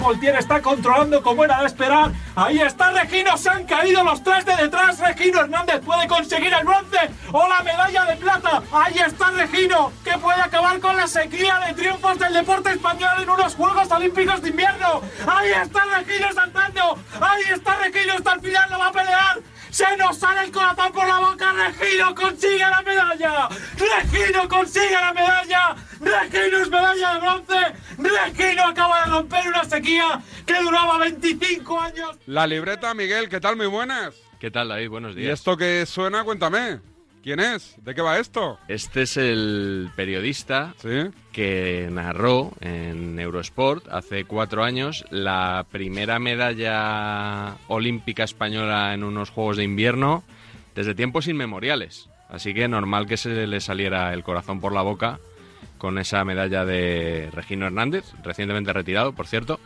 Moltier está controlando como era de esperar. Ahí está Regino, se han caído los tres de detrás. Regino Hernández puede conseguir el bronce o la medalla de plata. Ahí está Regino, que puede acabar con la sequía de triunfos del deporte español en unos Juegos Olímpicos de Invierno. Ahí está Regino saltando. Ahí está Regino, hasta el final lo va a pelear. ¡Se nos sale el corazón por la boca! ¡Regino consigue la medalla! ¡Regino consigue la medalla! ¡Regino es medalla de bronce! ¡Regino acaba de romper una sequía que duraba 25 años! La libreta, Miguel, ¿qué tal? Muy buenas. ¿Qué tal, David? Buenos ¿Y días. esto que suena? Cuéntame. ¿Quién es? ¿De qué va esto? Este es el periodista que narró en Eurosport hace cuatro años la primera medalla olímpica española en unos Juegos de Invierno desde tiempos inmemoriales. Así que normal que se le saliera el corazón por la boca con esa medalla de Regino Hernández, recientemente retirado, por cierto.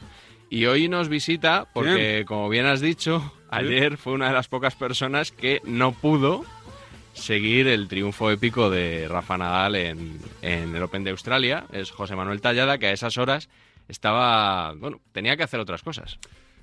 Y hoy nos visita porque, Eh, como bien has dicho, ayer fue una de las pocas personas que no pudo seguir el triunfo épico de Rafa Nadal en, en el Open de Australia. Es José Manuel Tallada, que a esas horas estaba, bueno, tenía que hacer otras cosas.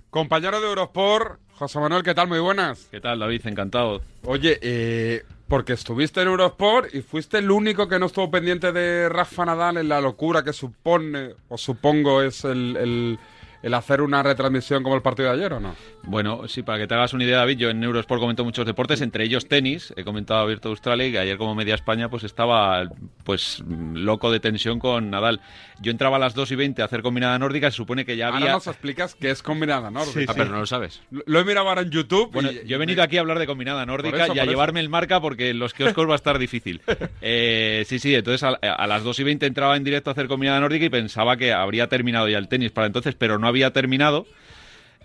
Compañero de Eurosport, José Manuel, ¿qué tal? Muy buenas. ¿Qué tal, David? Encantado. Oye, eh, porque estuviste en Eurosport y fuiste el único que no estuvo pendiente de Rafa Nadal en la locura que supone, o supongo, es el- el- el hacer una retransmisión como el partido de ayer, ¿o no? Bueno, sí, para que te hagas una idea, David, yo en Eurosport comento muchos deportes, entre ellos tenis. He comentado Abierto Australia y ayer como media España pues estaba pues loco de tensión con Nadal. Yo entraba a las 2 y 20 a hacer combinada nórdica, se supone que ya había... Ahora nos explicas que es combinada nórdica. Sí, sí. Ah, pero no lo sabes. Lo, lo he mirado ahora en YouTube. Bueno, y- yo he venido aquí a hablar de combinada Por nórdica y a eso, por eso. llevarme el marca porque en los kioscos va a estar difícil. Eh, sí, sí, entonces a, a las 2 y 20 entraba en directo a hacer combinada nórdica y pensaba que habría terminado ya el tenis para entonces, pero no había terminado.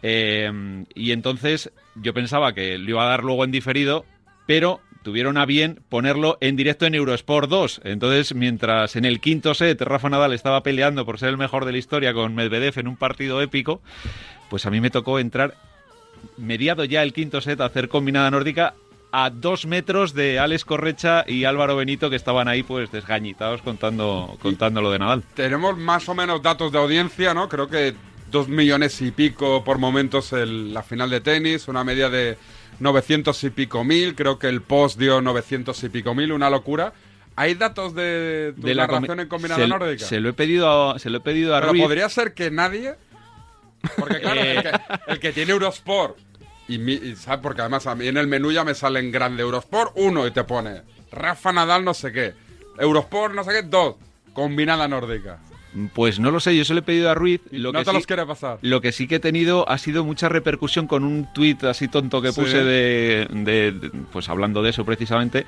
Eh, y entonces yo pensaba que lo iba a dar luego en diferido, pero tuvieron a bien ponerlo en directo en Eurosport 2. Entonces, mientras en el quinto set Rafa Nadal estaba peleando por ser el mejor de la historia con Medvedev en un partido épico, pues a mí me tocó entrar mediado ya el quinto set a hacer combinada nórdica a dos metros de Alex Correcha y Álvaro Benito que estaban ahí pues desgañitados contando, contando lo de Nadal. Tenemos más o menos datos de audiencia, ¿no? Creo que dos millones y pico por momentos el- la final de tenis, una media de 900 y pico mil, creo que el post dio 900 y pico mil, una locura. ¿Hay datos de, tu De la narración combi- en combinada se, nórdica? Se lo he pedido a, se lo he pedido a Pero Ruiz. Eh. podría ser que nadie, porque claro, el, que, el que tiene Eurosport, y, mi- y sabe, porque además a mí en el menú ya me sale en grande Eurosport 1 y te pone Rafa Nadal no sé qué, Eurosport no sé qué 2, combinada nórdica. Pues no lo sé, yo se lo he pedido a Ruiz. Lo no que te sí- los quiere pasar. Lo que sí que he tenido ha sido mucha repercusión con un tuit así tonto que Sí. puse de, de- de- pues hablando de eso precisamente.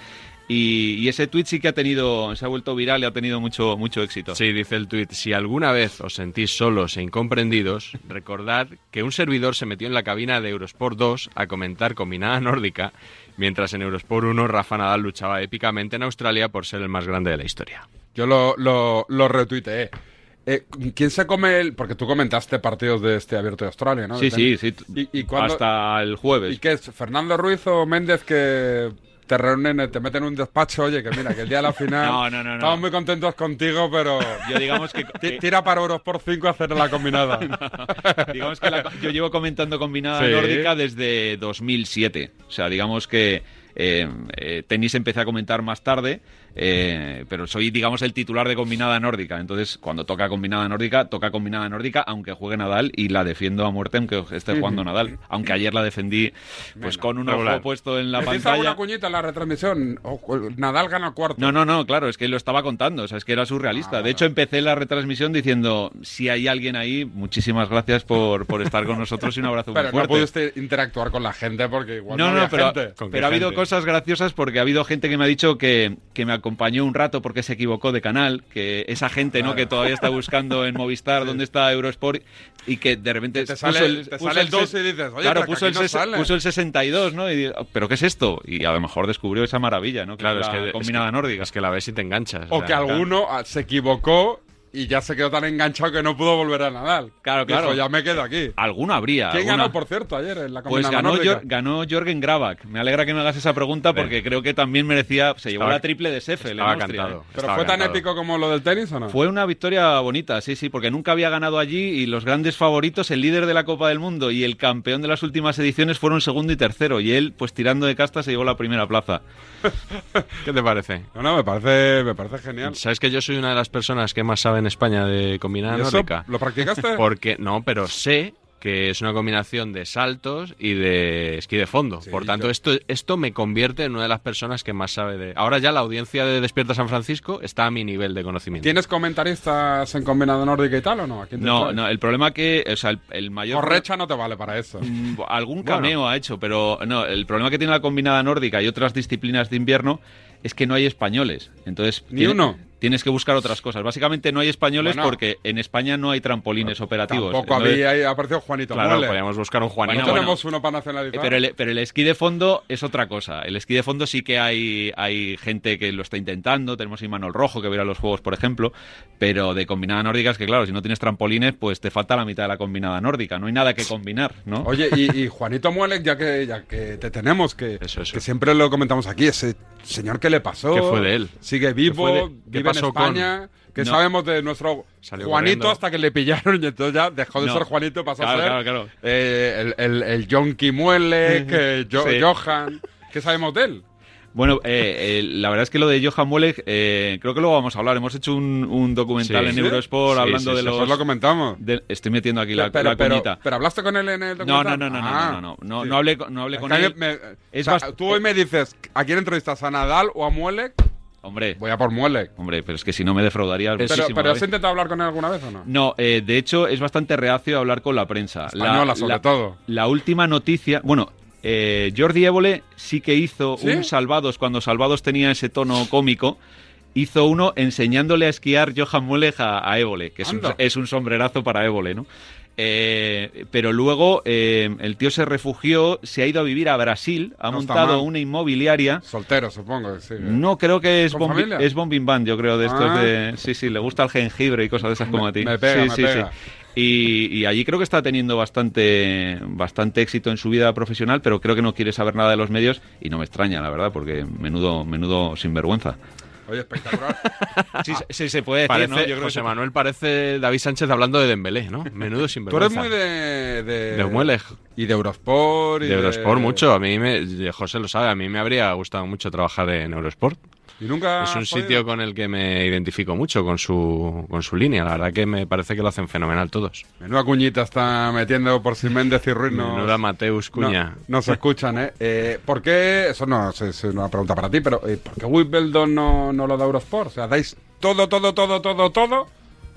Y, y ese tuit sí que ha tenido, se ha vuelto viral y ha tenido mucho, mucho éxito. Sí, dice el tuit, si alguna vez os sentís solos e incomprendidos, recordad que un servidor se metió en la cabina de Eurosport 2 a comentar combinada nórdica, mientras en Eurosport 1 Rafa Nadal luchaba épicamente en Australia por ser el más grande de la historia. Yo lo, lo, lo retuiteé. Eh, ¿Quién se come el...? Porque tú comentaste partidos de este abierto de Australia, ¿no? Sí, De tenis. sí, sí. ¿Y, y cuándo- Hasta el jueves. ¿Y qué es? ¿Fernando Ruiz o Méndez que te reúnen, eh, te meten en un despacho? Oye, que mira, que el día de la final... No, no, no, no. Estamos muy contentos contigo, pero... Yo digamos que- eh, Ti- Tira para euros por 5 a hacer la combinada. digamos que la- yo llevo comentando combinada Sí. nórdica desde 2007. O sea, digamos que eh, eh, tenis empecé a comentar más tarde, eh, pero soy, digamos, el titular de combinada nórdica. Entonces, cuando toca combinada nórdica, toca combinada nórdica, aunque juegue Nadal y la defiendo a muerte, aunque esté jugando Nadal. Aunque ayer la defendí, pues con un regular. ojo puesto en la ¿Metiste pantalla. alguna cuñita en la retransmisión? Ojo, Nadal gana cuarto. No, no, no, claro, es que lo estaba contando, o sea, es que era Ah, surrealista. de hecho, empecé la retransmisión diciendo, si hay alguien ahí, muchísimas gracias por, por estar con nosotros y un abrazo Pero muy no fuerte. pudiste interactuar con la gente porque igual no, no, no, había pero, gente. pero ha habido cosas graciosas porque ha habido gente que me ha dicho que, que me acompañó un rato porque se equivocó de canal, que esa gente ¿no? Claro. que todavía está buscando en Movistar dónde está Eurosport y que de repente te sale el- te sale el dos ses- y dices, "Oye, pero claro, que puso, aquí el no ses- sale". puso el 62, ¿no? Y digo, pero ¿qué es esto? Y a lo mejor descubrió esa maravilla, ¿no? Que Claro, es es la que, es combinada que- nórdica. Es que la ves y te enganchas. O que alguno ah, se equivocó y ya se quedó tan enganchado que no pudo volver a nadar. Claro, claro. Dijo, ya me quedo aquí. Alguno habría. ¿Quién alguna. ganó, por cierto, ayer en la Pues caminata ganó, nórdica? Jor- ganó Jorgen Grabak. Me alegra que me hagas esa pregunta porque creo que también merecía. Se llevó Estaba- la triple de Seffel en estaba Austria, cantado. ¿eh? ¿Pero Estaba fue tan cantado. épico como lo del tenis o no? Fue una victoria bonita, sí, sí, porque nunca había ganado allí y los grandes favoritos, el líder de la Copa del Mundo y el campeón de las últimas ediciones fueron segundo y tercero y él, pues tirando de casta, se llevó la primera plaza. ¿Qué te parece? No, no, me parece, me parece genial. ¿Sabes que yo soy una de las personas que más sabe en España de combinada ¿Y eso nórdica? ¿Lo practicaste? Porque, no, pero sé que es una combinación de saltos y de esquí de fondo. Sí, Por tanto, yo- esto, esto me convierte en una de las personas que más sabe de... Ahora ya la audiencia de Despierta San Francisco está a mi nivel de conocimiento. ¿Tienes comentaristas en combinado nórdica y tal o no? ¿A quién te No, traes? no, el problema que, o sea, el, el mayor... Correcha no te vale para eso. Mm, Algún cameo ha hecho, pero no, el problema que tiene la combinada nórdica y otras disciplinas de invierno es que no hay españoles. Entonces, Ni tiene- uno. Tienes que buscar otras cosas. Básicamente no hay españoles Bueno. porque en España no hay trampolines operativos. Tampoco Entonces- había ahí, ha aparecido Juanito Claro, Mole. podríamos buscar un Juanito. no bueno. tenemos uno para nacionalizar. Eh, Pero el, pero el esquí de fondo es otra cosa. El esquí de fondo sí que hay, hay gente que lo está intentando. Tenemos a Imanol Rojo que verá los juegos, por ejemplo. Pero de combinada nórdica es que, claro, si no tienes trampolines, pues te falta la mitad de la combinada nórdica. No hay nada que combinar, ¿no? Oye, y, y Juanito Muelec, ya que, ya que te tenemos, que, Eso, eso. que siempre lo comentamos aquí, ese señor que le pasó. ¿Qué fue de él? Sigue ¿Qué vivo, fue de- qué vive pasó en España. Que No. sabemos de nuestro Salió Juanito corriendo. hasta que le pillaron y entonces ya dejó de No. ser Juanito y pasó Claro, a ser claro, claro. eh, el, el, el Yonki Muelec, eh, Jo- Sí. Johan. ¿Qué sabemos de él? Bueno, eh, eh, la verdad es que lo de Johan Muelek, eh, creo que luego vamos a hablar. Hemos hecho un, un documental Sí. en Eurosport Sí, hablando sí, de sí, los. Después lo comentamos. de- estoy metiendo aquí la, pero, la pero, cuñita. pero hablaste con él en el no, documental. no, no, no, Ah, no, no, no, no, sí. no hablé, con- no hablé con Es que él. me- Es o sea, bast- tú hoy me dices, ¿a quién entrevistas? ¿A Nadal o a Muelec? Hombre, Voy a por Muelec. hombre, pero es que si no me defraudaría. Pero- Pero, muchísimo, pero ¿has David. intentado hablar con él alguna vez o no? No, eh, de hecho es bastante reacio a hablar con la prensa. Española, la, sobre la- todo. La última noticia, bueno, eh, Jordi Évole sí que hizo ¿Sí? un Salvados cuando Salvados tenía ese tono cómico. Hizo uno enseñándole a esquiar Johan Muelech a, a Évole, que es un, Anda. es un sombrerazo para Évole, ¿no? Eh, pero luego eh, el tío se refugió, se ha ido a vivir a Brasil, ha No está montado mal. una inmobiliaria. Soltero, supongo. que Sí, Mm, ¿eh? No, creo que es, ¿Con bombi- familia? es Bombing Band, yo creo, de estos Ah. de... Sí, sí, le gusta el jengibre y cosas de esas como a ti. me pega, sí, me sí, pega. sí. Y, y allí creo que está teniendo bastante, bastante éxito en su vida profesional, pero creo que no quiere saber nada de los medios y no me extraña, la verdad, porque menudo, menudo sinvergüenza. Oye, espectacular. Sí, se- sí, se puede decir, Parece, ¿no? Yo creo que José se- Manuel parece David Sánchez hablando de Dembélé, ¿no? Menudo sin Tú eres muy de... De, De Muelec. Y de Eurosport. Y De Eurosport mucho. A mí me... José lo sabe, a mí me habría gustado mucho trabajar en Eurosport. Y nunca... Es un has sitio podido? con el que me identifico mucho, con su, con su línea. La verdad que me parece que lo hacen fenomenal todos. Menuda cuñita está metiendo por si Méndez y Ruiz nos- Menuda Mateus Cuña. No, nos escuchan, ¿eh? Eh, ¿Por qué...? Eso no es, es una pregunta para ti, pero eh, ¿por qué Wimbledon no, no lo da Eurosport? O sea, dais todo, todo, todo, todo, todo,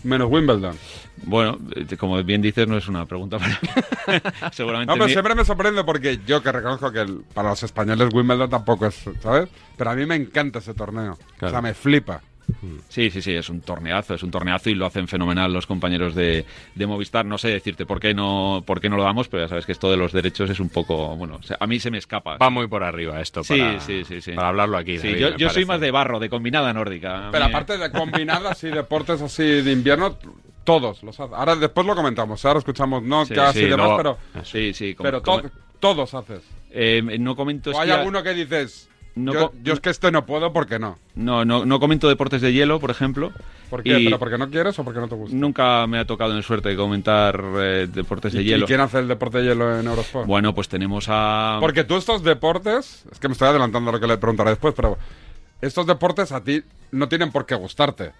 menos Wimbledon. Bueno, eh, como bien dices, no es una pregunta para... Seguramente... No, pero ni- siempre me sorprende porque yo que reconozco que el- para los españoles Wimbledon tampoco es, ¿sabes? Pero a mí me encanta ese torneo. O sea, Claro. me flipa. Sí, sí, sí, es un torneazo, es un torneazo y lo hacen fenomenal los compañeros de, de Movistar. No sé decirte por qué no, por qué no lo damos, pero ya sabes que esto de los derechos es un poco, bueno, o sea, a mí se me escapa. Va muy por arriba esto Sí, para, sí, sí, sí. para hablarlo aquí. Sí, David, yo, me yo soy parece. más de barro, de combinada nórdica. A Pero mí- aparte de combinadas y deportes así de invierno, todos los hacen. Ahora después lo comentamos, ahora escuchamos notas sí, y demás, luego- pero, Sí, sí. como- pero como- to- todos haces. eh, no comento O hay esquí- alguno que dices, No yo, co- yo es que este no puedo porque no. no, no, no comento deportes de hielo, por ejemplo. ¿Por qué? y ¿Pero porque no quieres o porque no te gusta? Nunca me ha tocado en suerte comentar eh, deportes de ¿Y, hielo. y quién hace el deporte de hielo en Eurosport? Bueno, pues tenemos a... Porque tú estos deportes, es que me estoy adelantando a lo que le preguntaré después, pero estos deportes a ti no tienen por qué gustarte,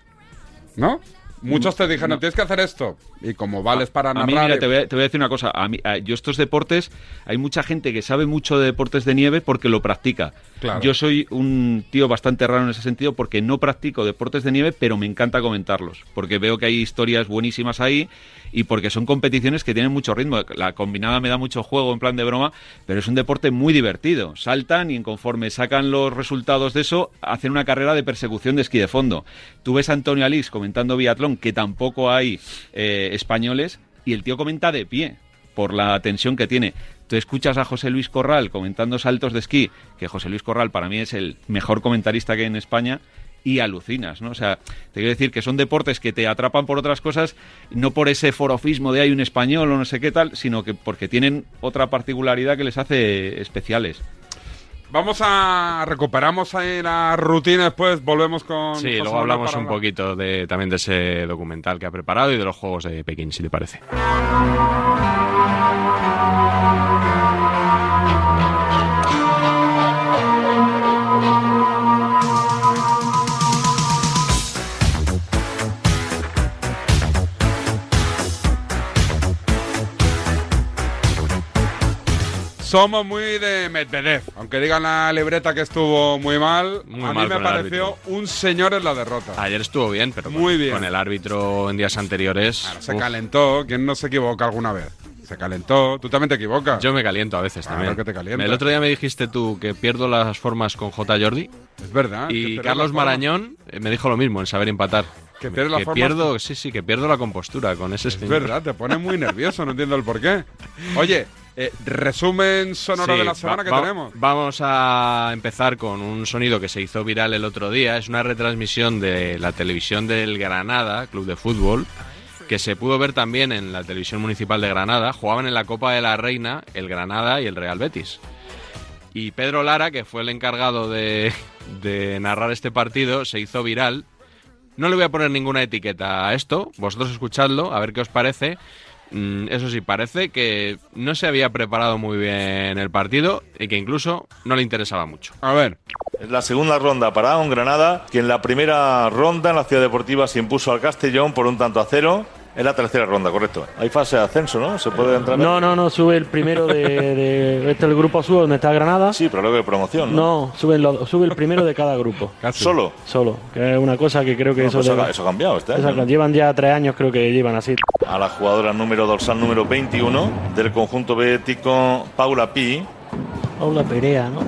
¿no? Muchos te dijeron, tienes que hacer esto, y como vales para A mí, narrar... mira, y- te voy, a, te voy a decir una cosa. A mí- a- yo estos deportes, hay mucha gente que sabe mucho de deportes de nieve porque lo practica. Claro. Yo soy un tío bastante raro en ese sentido porque no practico deportes de nieve, pero me encanta comentarlos. Porque veo que hay historias buenísimas ahí y porque son competiciones que tienen mucho ritmo. La combinada me da mucho juego en plan de broma, pero es un deporte muy divertido. Saltan y conforme sacan los resultados de eso, hacen una carrera de persecución de esquí de fondo. Tú ves a Antonio Alís comentando biatlón, que tampoco hay eh, españoles, y el tío comenta de pie por la tensión que tiene. Tú escuchas a José Luis Corral comentando saltos de esquí, que José Luis Corral para mí es el mejor comentarista que hay en España, y alucinas, ¿no? O sea, te quiero decir que son deportes que te atrapan por otras cosas, no por ese forofismo de hay un español o no sé qué tal, sino que porque tienen otra particularidad que les hace especiales. Vamos a recuperamos ahí la rutina después volvemos con Sí, luego hablamos un poquito de, también de ese documental que ha preparado y de los juegos de Pekín, si te parece. Somos muy de Medvedev, aunque digan la libreta que estuvo muy mal, Muy a mal mí me con el pareció un señor en la derrota. Ayer estuvo bien, pero con- Muy bien. con el árbitro en días anteriores. Se uf, calentó, quien no se equivoca alguna vez. Se calentó, tú también te equivocas. yo me caliento a veces Claro también. que te calientas. el otro día me dijiste tú que pierdo las formas con J. Jordi Es verdad. que y perder Carlos la forma. Marañón eh, me dijo lo mismo en saber empatar. Que pierdes las formas- pierdo, sí, sí, que pierdo la compostura con ese Es señor. verdad, te pone muy nervioso, no entiendo el porqué. Oye, eh, resumen sonoro Sí, de la va- semana que va- tenemos. Vamos a empezar con un sonido que se hizo viral el otro día. Es una retransmisión de la televisión del Granada, club de fútbol, que se pudo ver también en la televisión municipal de Granada. Jugaban en la Copa de la Reina el Granada y el Real Betis. Y Pedro Lara, que fue el encargado de, de narrar este partido, se hizo viral. No le voy a poner ninguna etiqueta a esto. Vosotros escuchadlo, a ver qué os parece. Mm, Eso sí, parece que no se había preparado muy bien el partido y que incluso no le interesaba mucho. A ver, Es la segunda ronda para un Granada, que en la primera ronda en la Ciudad Deportiva se impuso al Castellón por un tanto a cero. Es la tercera ronda, correcto. Hay fase de ascenso, ¿no? Se puede entrar. No, no, no, sube el primero de. de- este es el grupo sube donde está Granada. Sí, pero luego de promoción, ¿no? No, sube, el- sube el primero de cada grupo, casi. Solo. solo. Que es una cosa que creo que No, eso. pues debe- eso, ha, eso ha cambiado este año, eso ¿no? llevan ya tres años, creo que llevan así. A la jugadora número dorsal número 21 del conjunto bético, Paula Pi, Paula Perea, ¿no?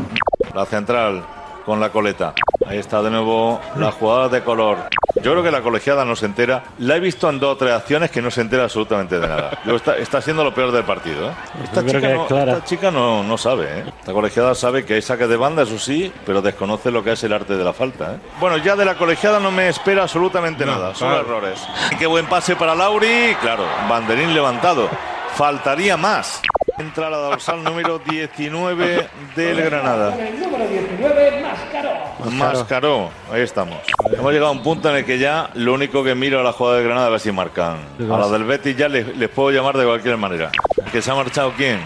la central con la coleta. Ahí está de nuevo la jugada de color. Yo creo que la colegiada no se entera. La he visto en dos o tres acciones que no se entera absolutamente de nada. Luego está, está siendo lo peor del partido. ¿eh? Esta, Yo creo chica, que es no, clara. esta chica no, no sabe. ¿eh? La colegiada sabe que hay saque de banda, eso sí, pero desconoce lo que es el arte de la falta. ¿eh? Bueno, ya de la colegiada no me espera absolutamente nada. Solo claro. errores. Y Qué buen pase para Lauri. Claro, banderín levantado. Faltaría más. Entra la dorsal número 19 del Granada. Pues Mascaró, ahí estamos. Hemos llegado a un punto en el que ya lo único que miro a la jugada de Granada a ver si marcan. A la del Betis ya les, les puedo llamar de cualquier manera. ¿Que se ha marchado quién?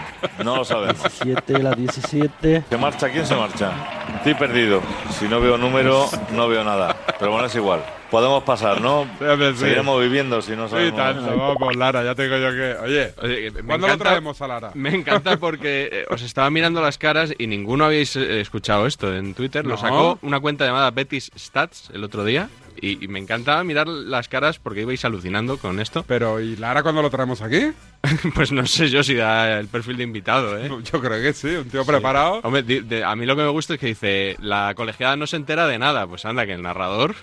No lo sabemos. 7, la 17. ¿Se marcha quién se marcha? Estoy perdido. Si no veo número, no veo nada. Pero bueno, es igual. Podemos pasar, ¿no? Sí, hombre, sí. Seguiremos viviendo si no Sí, sabemos. tanto, vamos, Lara, ya te digo yo que. Oye, Oye, me ¿cuándo lo encanta- traemos a Lara? Me encanta porque eh, os estaba mirando las caras y ninguno habéis eh, escuchado esto en Twitter. No. Lo sacó una cuenta llamada Betis Stats el otro día y, y me encantaba mirar las caras porque ibais alucinando con esto. Pero, ¿y Lara cuándo lo traemos aquí? Pues no sé yo si da el perfil de invitado, ¿eh? Yo creo que sí, un tío preparado. Hombre, di- de- a mí lo que me gusta es que dice, la colegiada no se entera de nada. Pues anda, que el narrador...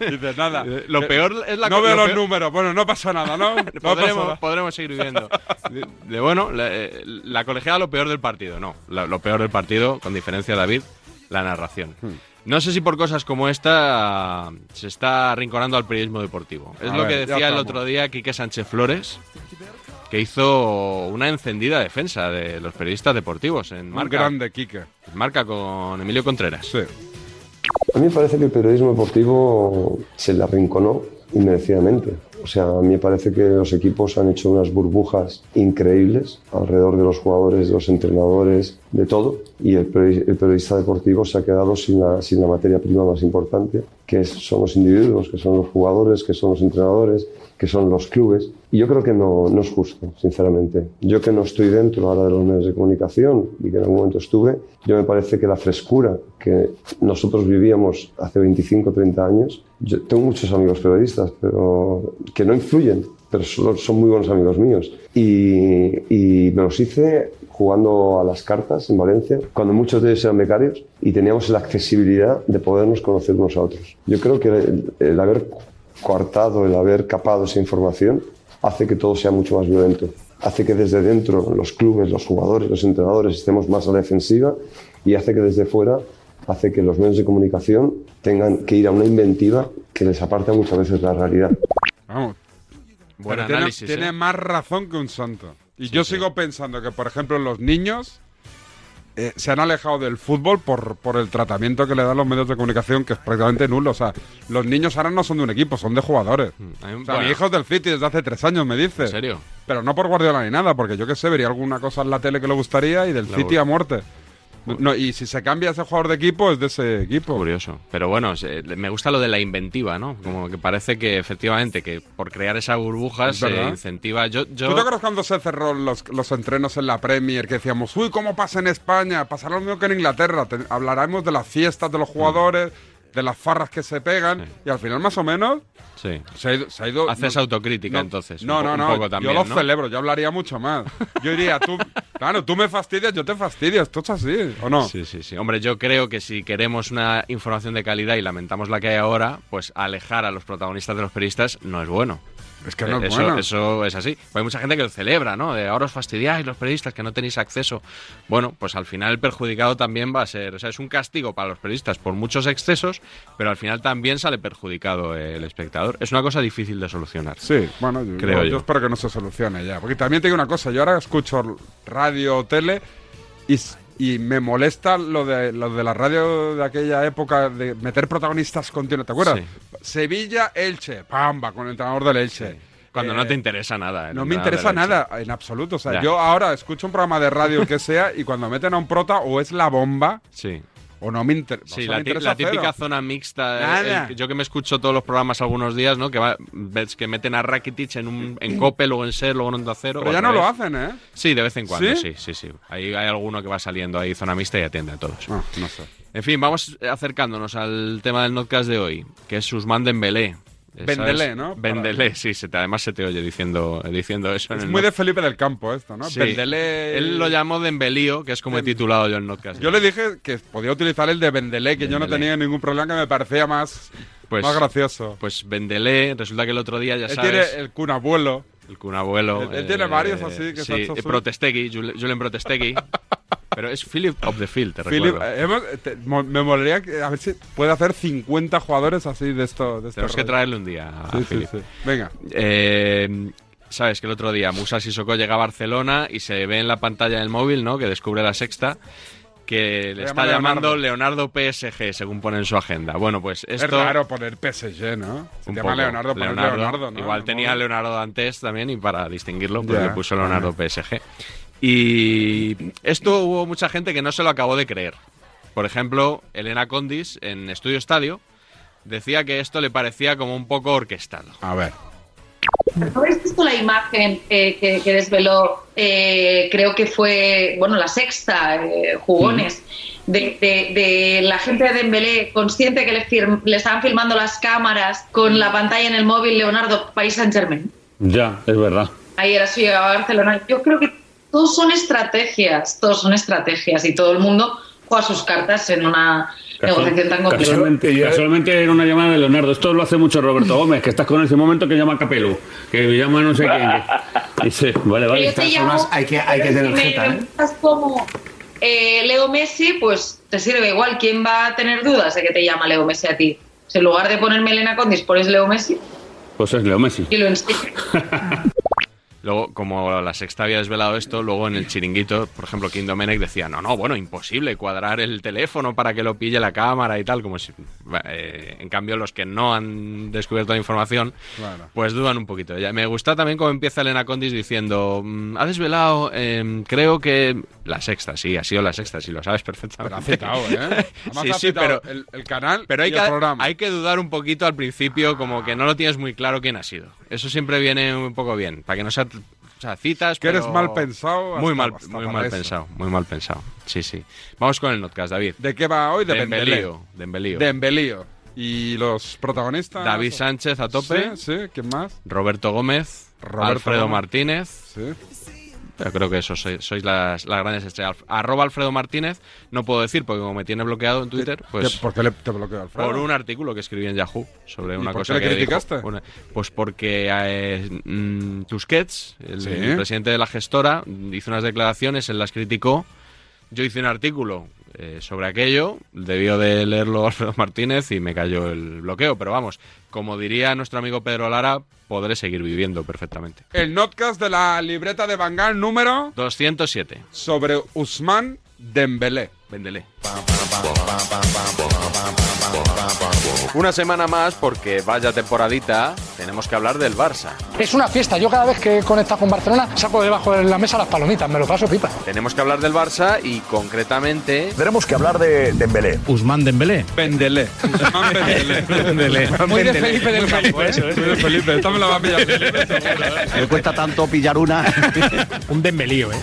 Dices, nada. Eh, eh, lo peor es la no co- veo lo los peor- números. Bueno, no pasa nada, ¿no? No pasa podremos, nada. podremos seguir viviendo. De, de, bueno, la, eh, la colegiada lo peor del partido. No, la- lo peor del partido, con diferencia, David, la narración. Hmm. No sé si por cosas como esta se está arrinconando al periodismo deportivo. Es A lo ver, que ya decía el estamos. otro día Quique Sánchez Flores, que hizo una encendida defensa de los periodistas deportivos en Un marca, grande, Kike. en marca con Emilio Contreras. Sí. A mí me parece que el periodismo deportivo se le arrinconó inmerecidamente. O sea, a mí me parece que los equipos han hecho unas burbujas increíbles alrededor de los jugadores, de los entrenadores, de todo. Y el periodi- el periodista deportivo se ha quedado sin la, sin la materia prima más importante, que es- son los individuos, que son los jugadores, que son los entrenadores, que son los clubes. Y yo creo que no, no es justo, sinceramente. Yo que no estoy dentro ahora de los medios de comunicación y que en algún momento estuve, yo me parece que la frescura que nosotros vivíamos hace 25 o 30 años, yo tengo muchos amigos periodistas, pero que no influyen, pero son, son muy buenos amigos míos. Y, y me los hice jugando a las cartas en Valencia, cuando muchos de ellos eran becarios y teníamos la accesibilidad de podernos conocer unos a otros. Yo creo que el- el haber coartado, el haber capado esa información, hace que todo sea mucho más violento. Hace que desde dentro los clubes, los jugadores, los entrenadores estemos más a la defensiva y hace que desde fuera hace que los medios de comunicación tengan que ir a una inventiva que les aparta muchas veces la realidad. Vamos. Buen Pero tiene- análisis, Tiene, ¿eh? más razón que un santo. Y yo sigo pensando que, por ejemplo, los niños eh, se han alejado del fútbol por, por el tratamiento que le dan los medios de comunicación, que es prácticamente nulo. O sea, los niños ahora no son de un equipo, son de jugadores. A mí- O sea, Hmm. bueno, mi hijo es del City desde hace tres años, me dice. ¿En serio? Pero no por Guardiola ni nada, porque yo qué sé, vería alguna cosa en la tele que le gustaría y del La City bu- a muerte. No, y si se cambia ese jugador de equipo, es de ese equipo. Curioso. Pero bueno, se- me gusta lo de la inventiva, ¿no? Como que parece que efectivamente que por crear esa burbuja Es se verdad. incentiva. Yo, yo- ¿Tú te acuerdas cuando se cerró los, los entrenos en la Premier? Que decíamos, uy, ¿cómo pasa en España? Pasará lo mismo que en Inglaterra. Te- hablaremos de las fiestas de los Mm. jugadores, de las farras que se pegan. Y al final, más o menos, Sí. se ha ido... se ha ido- Haces autocrítica entonces. No, un po- no, un no. poco también, yo lo ¿no? celebro, yo hablaría mucho más. Yo diría, tú... claro, tú me fastidias, yo te fastidio. Esto es así, ¿o no? Sí, sí, sí. Hombre, yo creo que si queremos una información de calidad y lamentamos la que hay ahora, pues alejar a los protagonistas de los periodistas no es bueno. Es que no Eh, es eso, bueno. eso es así. Hay mucha gente que lo celebra, ¿no? De ahora os fastidiáis los periodistas que no tenéis acceso. Bueno, pues al final el perjudicado también va a ser. O sea, es un castigo para los periodistas por muchos excesos, pero al final también sale perjudicado eh, el espectador. Es una cosa difícil de solucionar. Sí, bueno, yo- Creo yo, yo. espero que no se solucione ya. Porque también te digo una cosa, yo ahora escucho radio o tele y, s- y me molesta lo de, lo de la radio de aquella época de meter protagonistas continuos, ¿te acuerdas? Sí. Sevilla-Elche, pamba, con el entrenador del Elche. Cuando Eh, no te interesa nada. eh, no me nada de interesa la leche. nada, en absoluto. O sea, Ya. yo ahora escucho un programa de radio el que sea y cuando meten a un prota o es la bomba Sí. o no me, inter- o Sí, sea, la, me ti- interesa la típica cero. zona mixta. eh, Nada. el- yo que me escucho todos los programas algunos días, ¿no? Que va, ves que meten a Rakitic en, un, en Cope, luego en Ser, luego en Onda Cero. Pero o ya al no lo revés. hacen, ¿eh? Sí, de vez en cuando, ¿Sí? sí, sí, sí. Ahí hay alguno que va saliendo ahí zona mixta y atiende a todos. Ah, no sé. En fin, vamos acercándonos al tema del podcast de hoy, que es Susman Dembélé. Eh, ¿sabes? Bendelé, ¿no? Bendelé, sí, se te- además se te oye diciendo, diciendo eso. en Es el muy not- de Felipe del Campo esto, ¿no? Sí. Bendelé- Él lo llamó Dembelío, que es como he titulado yo el podcast. Yo le dije que podía utilizar el de Bendelé, que yo no Bendelé. tenía ningún problema, que me parecía más, Pues- más gracioso. Pues Bendelé, resulta que el otro día ya él sabes. tiene el cunabuelo. El cunabuelo. eh, Él- él tiene varios así que se sí, ha hecho eh, su- Protestegui, Jul- Julen Protestegui. Pero es Philip of the Field, te Philip, recuerdo. eh, hemos- te- mo- me molaría que- a ver si puede hacer 50 jugadores así de esto. De este Tenemos que rollo. traerle un día a Sí, sí, Philip. sí. Venga, Eh, Sabes que el otro día Musa Sissoko llega a Barcelona y se ve en la pantalla del móvil, ¿no? Que descubre la sexta que le llama está llamando Leonardo PSG, según pone en su agenda. Bueno, pues esto es raro poner PSG, ¿no? Se un llama poco. Leonardo, poner Leonardo, ¿no? Igual Me tenía mola. Leonardo antes también y para distinguirlo pues Ya. le puso Leonardo PSG. Y esto hubo mucha gente que no se lo acabó de creer. Por ejemplo, Elena Condis en Estudio Estadio decía que esto le parecía como un poco orquestado. A ver. ¿No habéis visto la imagen eh, que, que desveló, eh, creo que fue, bueno, la sexta, eh, jugones, de, de- de la gente de Dembélé consciente que le, fir- le estaban filmando las cámaras con la pantalla en el móvil Leonardo País Saint Germain? Ya, es verdad. Ayer así llegaba a Barcelona. Yo creo que todos son estrategias, todos son estrategias y todo el mundo juega sus cartas en una negociación tan complicada. Casualmente, casualmente era una llamada de Leonardo. Esto lo hace mucho Roberto Gómez, que estás con ese momento que llama a Capelu, que llama a no sé quién. que- Dice, vale, vale. Yo te llamo, hay que- hay que pero tener si me jeta, ¿eh? preguntas como eh, Leo Messi, pues te sirve igual. ¿Quién va a tener dudas de que te llama Leo Messi a ti? Si en lugar de ponerme Elena Condis, pones Leo Messi Pues es Leo Messi. y lo enseñas. Luego, como la sexta había desvelado esto, luego en el chiringuito, por ejemplo, Kim Domenech decía, no, no, bueno, imposible cuadrar el teléfono para que lo pille la cámara y tal, como si... eh, en cambio, los que no han descubierto la información, Claro. pues dudan un poquito. de ella. Me gusta también cómo empieza Elena Condis diciendo, "Mm, ha desvelado, em, creo que... La sexta, sí, ha sido la sexta, sí, lo sabes Pero ha perfectamente. citado, ¿eh? Además, Sí, ha sí, citado pero- El, el canal Pero hay y que, el programa. hay que dudar un poquito al principio, como que no lo tienes muy claro quién ha sido. Eso siempre viene un poco bien, para que no sea, o sea, citas. Que eres pero- mal pensado Muy hasta- mal, hasta muy para mal eso. pensado, muy mal pensado. Sí, sí. Vamos con el podcast, David. ¿De qué va hoy? De Bendelé. Dembelío. Dembelío. De Embelío. ¿Y los protagonistas? David Sánchez a tope. Sí, sí, ¿quién más? Roberto Gómez. Roberto Alfredo Gómez. Martínez. Sí. Pero creo que eso sois, sois las, las grandes estrellas. Arroba Alfredo Martínez. No puedo decir porque como me tiene bloqueado en Twitter, pues... ¿Qué- ¿Por qué le, te bloqueó Alfredo? Por un artículo que escribí en Yahoo sobre ¿Y una por cosa qué le que dijo- criticaste? una- pues porque eh, mm, Tusquets, el, Sí. el presidente de la gestora, hizo unas declaraciones, él las criticó. Yo hice un artículo eh, sobre aquello. Debió de leerlo Alfredo Martínez y me cayó el bloqueo. Pero vamos, como diría nuestro amigo Pedro Lara, podré seguir viviendo perfectamente. El notcast de la libreta de Bangal número 207. sobre Usman Dembélé. Véndele. Una semana más porque vaya temporadita, tenemos que hablar del Barça. Es una fiesta. Yo cada vez que conecta con Barcelona saco debajo de la mesa las palomitas, me lo paso pipa. Tenemos que hablar del Barça y concretamente Tenemos que hablar de Dembélé. Usman Dembélé. Bendelé. Usman Bendelé. Muy de Felipe del Campo, eso, ¿eh? Muy bien, Felipe, esta me la va a pillar Felipe, seguro, ¿eh? Me cuesta tanto pillar una. Un dembelío, ¿eh?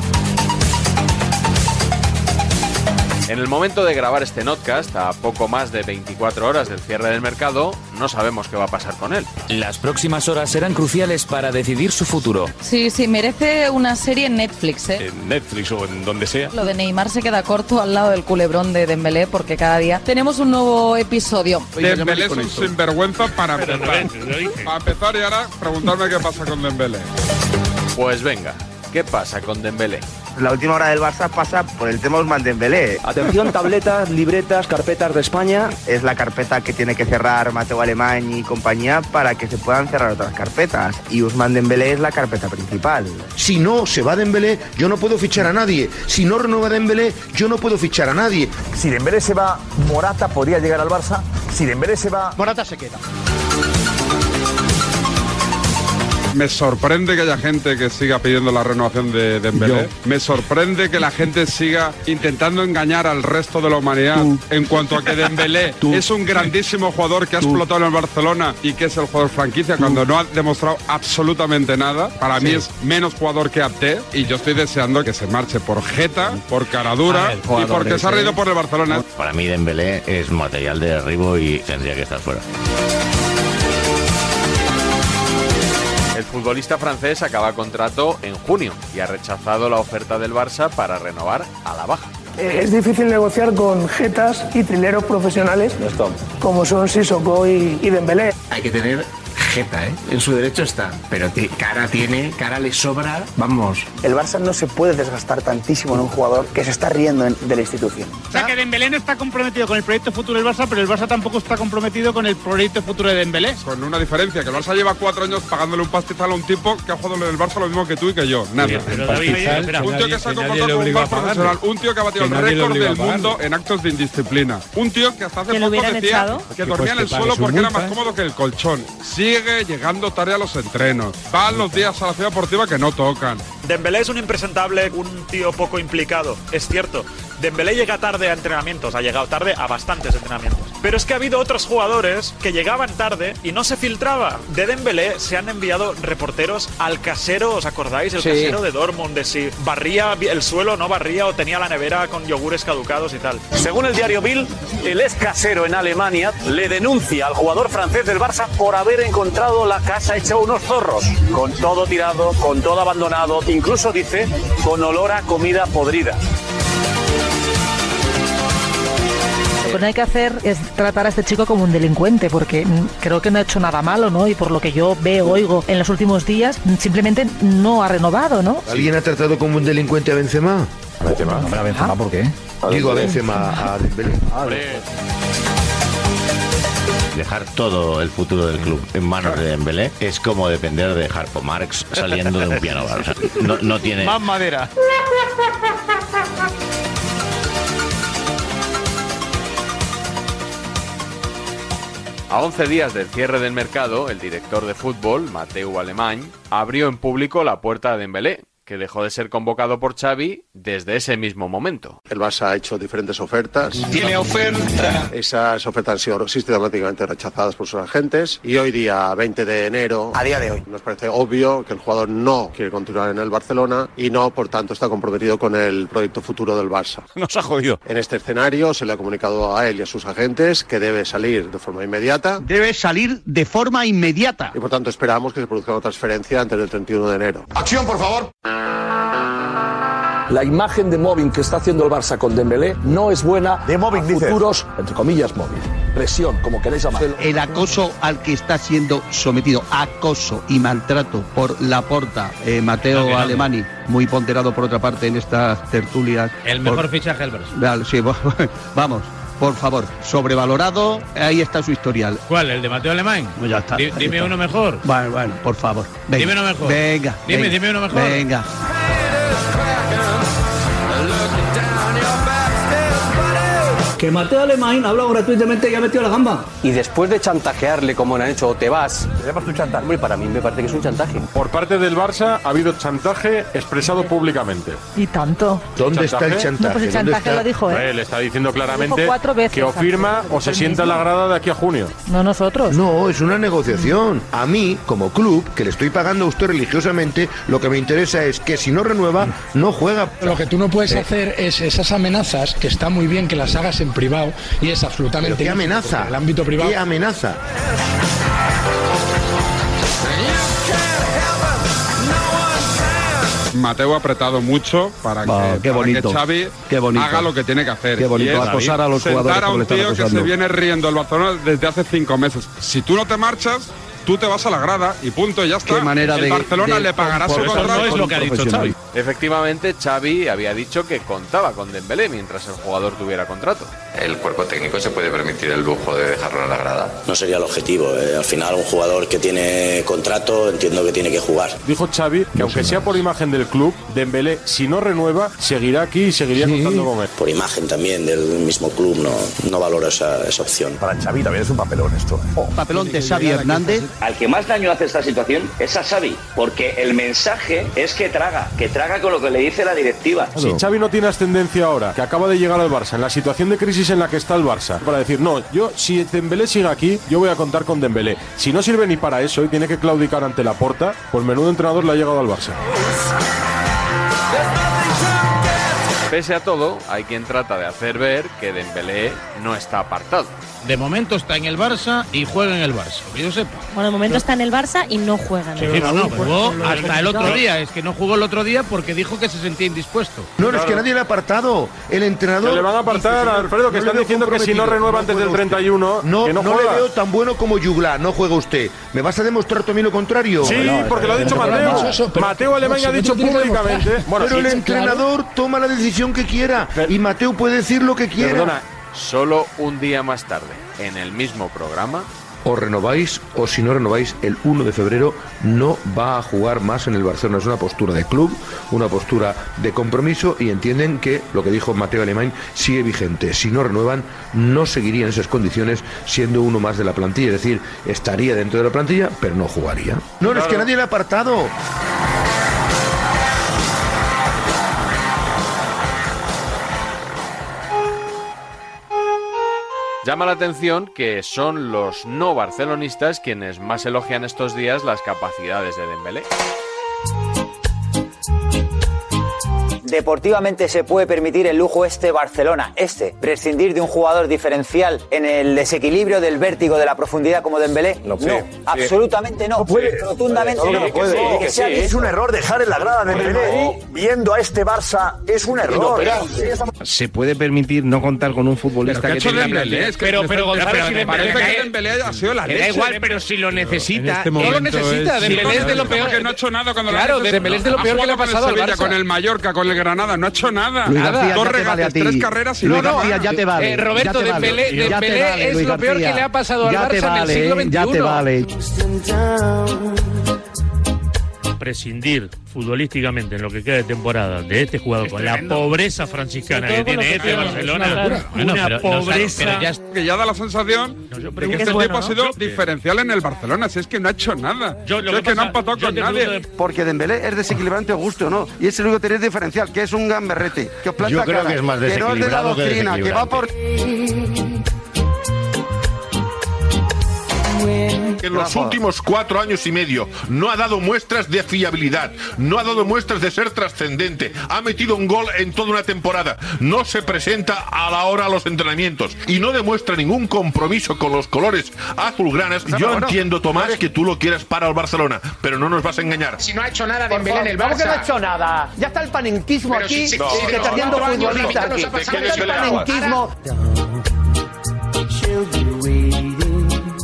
En el momento de grabar este podcast, a poco más de 24 horas del cierre del mercado, no sabemos qué va a pasar con él. Las próximas horas serán cruciales para decidir su futuro. Sí, sí, merece una serie en Netflix, ¿eh? En Netflix o en donde sea. Lo de Neymar se queda corto al lado del culebrón de Dembélé porque cada día tenemos un nuevo episodio. Dembélé es un sinvergüenza para empezar. Para empezar y ahora preguntarme qué pasa con Dembélé. Pues venga, ¿qué pasa con Dembélé? La última hora del Barça pasa por el tema Usman Dembélé. Atención, tabletas, libretas, carpetas de España. Es la carpeta que tiene que cerrar Mateo Alemán y compañía para que se puedan cerrar otras carpetas. Y Usman Dembélé es la carpeta principal. Si no se va Dembélé, yo no puedo fichar a nadie. Si no renueva Dembélé, yo no puedo fichar a nadie. Si Dembélé se va, Morata podría llegar al Barça. Si Dembélé se va... Morata se queda. Me sorprende que haya gente que siga pidiendo la renovación de Dembélé. Me sorprende que la gente siga intentando engañar al resto de la humanidad en cuanto a que Dembélé E es un grandísimo jugador que ha explotado en el Barcelona y que es el jugador franquicia cuando no ha demostrado absolutamente nada. Para mí es menos jugador que Apté y yo estoy deseando que se marche por Jeta, por Caradura y porque se ha reído por el Barcelona. Para mí Dembélé es material de derribo y tendría que estar fuera. El futbolista francés acaba contrato en junio y ha rechazado la oferta del Barça para renovar a la baja. Eh, Es difícil negociar con jetas y trileros profesionales como son Sissoko y, Dembélé. Hay que tener jeta, ¿eh? En su derecho está. Pero cara tiene, cara le sobra. Vamos. El Barça no se puede desgastar tantísimo en un jugador que se está riendo en- de la institución. O sea que Dembélé no está comprometido con el proyecto futuro del Barça, pero el Barça tampoco está comprometido con el proyecto futuro de Dembélé. Con una diferencia, que el Barça lleva cuatro años pagándole un pastizal a un tipo que ha jugado en el Barça lo mismo que tú y que yo. Nada. un tío que se ha comportado como un mal profesional, un tío que ha batido el récord del mundo en actos de indisciplina, un tío que hasta hace ¿Que lo poco hubieran decía echado? que dormía en el suelo porque era más cómodo que el colchón. Sigue llegando tarde a los entrenos, va los días a la ciudad deportiva que no tocan. Dembélé es un impresentable, un tío poco implicado, es cierto. Dembélé llega tarde a entrenamientos, ha llegado tarde a bastantes entrenamientos. Pero es que ha habido otros jugadores que llegaban tarde y no se filtraba. De Dembélé se han enviado reporteros al casero, ¿os acordáis? El Sí. casero de Dortmund, de si barría el suelo, no barría o tenía la nevera con yogures caducados y tal. Según el diario Bill, el ex casero en Alemania le denuncia al jugador francés del Barça por haber encontrado la casa hecha unos zorros, con todo tirado, con todo abandonado, incluso dice con olor a comida podrida. Lo que no hay que hacer es tratar a este chico como un delincuente, porque mm, creo que no ha hecho nada malo, ¿no? Y por lo que yo veo, oigo en los últimos días, mm, simplemente no ha renovado, ¿no? ¿Alguien ha tratado como un delincuente a Benzema? A Benzema. ¿Ah? ¿A Benzema por qué? Digo a Benzema, a Dembélé. Dejar todo el futuro del club en manos de Dembélé es como depender de Harpo Marx saliendo de un piano bar. O sea, no, no tiene... Más madera. A 11 días del cierre del mercado, el director de fútbol, Mateu Alemán, abrió en público la puerta de Dembélé, que dejó de ser convocado por Xavi desde ese mismo momento. El Barça ha hecho diferentes ofertas. Tiene oferta. Esas ofertas han sido sistemáticamente rechazadas por sus agentes y hoy día 20 de enero A día de hoy. nos parece obvio que el jugador no quiere continuar en el Barcelona y no por tanto está comprometido con el proyecto futuro del Barça. Nos ha jodido. En este escenario se le ha comunicado a él y a sus agentes que debe salir de forma inmediata Debe salir de forma inmediata. y por tanto esperamos que se produzca una transferencia antes del 31 de enero. Acción, por favor. La imagen de móvil que está haciendo el Barça con Dembélé no es buena de móvil, futuros, entre comillas, móvil. Presión, como queréis llamarlo. El acoso al que está siendo sometido, acoso y maltrato por la porta eh, Mateo Grande, grande. Alemani, muy ponderado por otra parte en estas tertulias. El mejor Por- fichaje del Barça. Vale, sí, vamos, por favor, sobrevalorado, ahí está su historial. ¿Cuál? ¿El de Mateo Alemán? Pues ya está. Di- ahí dime está. uno mejor. Bueno, bueno, por favor. Venga, Dime uno mejor. Venga. Dime, venga, dime uno mejor. Venga. Que Mateo Alemán ha hablado gratuitamente y ha metido la gamba. Y después de chantajearle como le han hecho, o te vas. ¿Te un chantaje? Hombre, para mí me parece que es un chantaje. Por parte del Barça ha habido chantaje expresado públicamente. Y tanto. ¿Dónde está el No, pues el chantaje lo dijo, ¿eh? le está diciendo claramente Dijo cuatro veces, que o firma Antonio. o se sienta en la grada de aquí a junio. No nosotros. No, es una negociación. A mí, como club, que le estoy pagando a usted religiosamente, lo que me interesa es que si no renueva, no juega. Lo que tú no puedes Eh, hacer es esas amenazas, que está muy bien que las hagas en privado, y es absolutamente... ¿Pero qué lícito, amenaza? porque El ámbito privado... ¿Qué amenaza? Mateo ha apretado mucho para que, que, para que bonito. Xavi Qué bonito. haga lo que tiene que hacer. Qué bonito, Y es acosar a los jugadores sentar a como le un están tío que acosando. se viene riendo el Barcelona desde hace cinco meses. Si tú no te marchas, tú te vas a la grada y punto, ya está. Qué manera el de- Barcelona de- le pagará su Pero eso no contrato. es lo que ha dicho Xavi. Efectivamente, Xavi había dicho que contaba con Dembélé mientras el jugador tuviera contrato. El cuerpo técnico se puede permitir el lujo de dejarlo en la grada. No sería el objetivo. eh, al final, un jugador que tiene contrato, entiendo que tiene que jugar. Dijo Xavi que aunque sea por imagen del club, Dembélé, si no renueva, seguirá aquí y seguiría contando con él. Por imagen también del mismo club, no, no valoro esa, esa opción. Para Xavi también es un papelón esto. eh. Papelón de Xavi Hernández. Al que más daño hace esta situación es a Xavi, porque el mensaje es que traga, que traga con lo que le dice la directiva. Si Xavi no tiene ascendencia ahora, que acaba de llegar al Barça, en la situación de crisis en la que está el Barça, para decir, no, yo si Dembélé sigue aquí, yo voy a contar con Dembélé. Si no sirve ni para eso y tiene que claudicar ante la porta, pues menudo entrenador le ha llegado al Barça. Pese a todo, hay quien trata de hacer ver que Dembélé no está apartado. De momento está en el Barça y juega en el Barça. Que yo sepa. Bueno, de momento está en el Barça y no juega. Sí, sí, no, no, jugó hasta el otro día. Es que no jugó el otro día porque dijo que se sentía indispuesto. No, no, es que nadie le ha apartado. El entrenador. Que le van a apartar, Dice, Alfredo, que le están veo diciendo que si no comprometido, renueva antes del juega usted. 31, no, que no le juega. veo tan bueno como Juglar, no juega usted. ¿Me vas a demostrar también lo contrario? Sí, No, no, porque lo ha no, dicho no, no, Mateo. no, eso, pero- Mateo Alemán Alemania ha dicho públicamente. Bueno, pero el sí, entrenador toma la decisión que quiera y Mateo puede decir lo que quiera. Solo un día más tarde, en el mismo programa, O renováis o si no renováis el 1 de febrero no va a jugar más en el Barcelona. Es una postura de club, una postura de compromiso y entienden que lo que dijo Mateo Alemán sigue vigente. Si no renuevan no seguiría en esas condiciones siendo uno más de la plantilla. Es decir, estaría dentro de la plantilla pero no jugaría. No, no es que nadie le ha apartado. llama la atención que son los no barcelonistas quienes más elogian estos días las capacidades de Dembélé. Deportivamente se puede permitir el lujo este Barcelona, este, prescindir de un jugador diferencial en el desequilibrio del vértigo de la profundidad como Dembélé. No, sí, sí. absolutamente no. Rotundamente Claro que no. no puede, que sea sí. visto. Es un error dejar en la grada a Dembélé. viendo a este Barça es un error. Se puede permitir no contar con un futbolista ¿Qué ha hecho Dembélé? Es que pero, me pero está- Gonzalo, pero si me Dembélé parece que cae- Dembélé ha sido la que leche. da igual, pero si lo necesita. este no lo momento necesita. es- Dembélé es de lo Sí, peor. porque no ha hecho nada cuando "Ah, Claro, le ha Dembélé es de lo peor que le ha jugado pasado al con el Sevilla, Barça. con el Mallorca, con el Granada, no ha hecho nada. Luis Nada. García, Dos ya te vale regates, a ti. tres carreras y Luis nada. García, ya te vale, Eh, Roberto, ya te vale. Dembélé- Ya te Dembélé vale, es Luis lo peor García. que le ha pasado al Ya te Barça en el vale, siglo eh, ya te XXI. vale. prescindir futbolísticamente en lo que queda de temporada de este jugador con la pobreza franciscana que tiene este Barcelona, una, pobreza. que ya da la sensación de que que es este bueno, tiempo ha ¿no? sido Yo- diferencial en el Barcelona. Si es que no ha hecho nada. Yo- lo Si es que que no pasa- ha empatado yo con te pregunto nadie. Porque Dembélé es desequilibrante o gusto, ¿no? Y es el único tener diferencial, que es un gamberrete, que os planta Yo creo cara, que es más no es de la desequilibrado que doctrina, que, va por... desequilibrante. Que en los últimos cuatro años y medio no ha dado muestras de fiabilidad, no ha dado muestras de ser trascendente, ha metido un gol en toda una temporada, no se presenta a la hora a los entrenamientos y no demuestra ningún compromiso con los colores azulgranas. Claro, Yo bueno, entiendo, Tomás, que tú lo quieras para el Barcelona, pero no nos vas a engañar. Si no ha hecho nada Por Dembélé en el favor, ¿cómo Barça. que no ha hecho nada? Ya está el panenquismo Pero aquí si- si- que si- se está no, haciendo cuatro años futbolista la mitad nos aquí. ha pasado Ya está el el agua. panenquismo.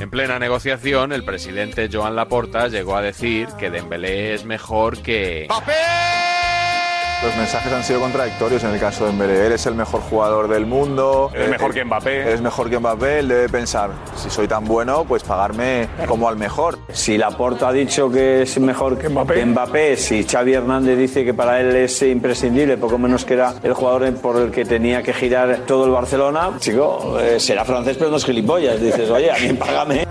En plena negociación, el presidente Joan Laporta llegó a decir que Dembélé es mejor que... Los mensajes han sido contradictorios en el caso de Mbappé. Eres el mejor jugador del mundo. Eres Eh, mejor que Mbappé. Eres mejor que Mbappé. Él debe pensar, si soy tan bueno, pues pagarme como al mejor. Si Laporta ha dicho que es mejor que Mbappé. si Xavi Hernández dice que para él es imprescindible, poco menos que era el jugador por el que tenía que girar todo el Barcelona, chico, eh, será francés pero no es gilipollas. Dices, oye, a mí págame.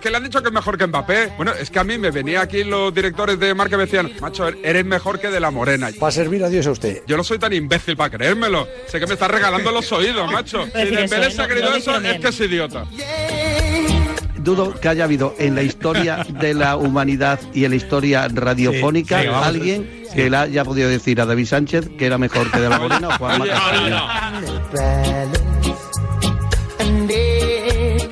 Que le han dicho que es mejor que Mbappé. Bueno, es que a mí me venía aquí los directores de marca y me decían, macho, eres mejor que de la morena. Para servir a Dios a usted. Yo no soy tan imbécil para creérmelo. Sé que me estás regalando los oídos, macho. Si Decir eso, Dembélé se no, ha creído no eso, dijeron es que es idiota. Dudo que haya habido en la historia de la humanidad y en la historia radiofónica Sí, sí, vamos. alguien que le haya podido decir a David Sánchez que era mejor que De La Morena o Juan Oye, Matas.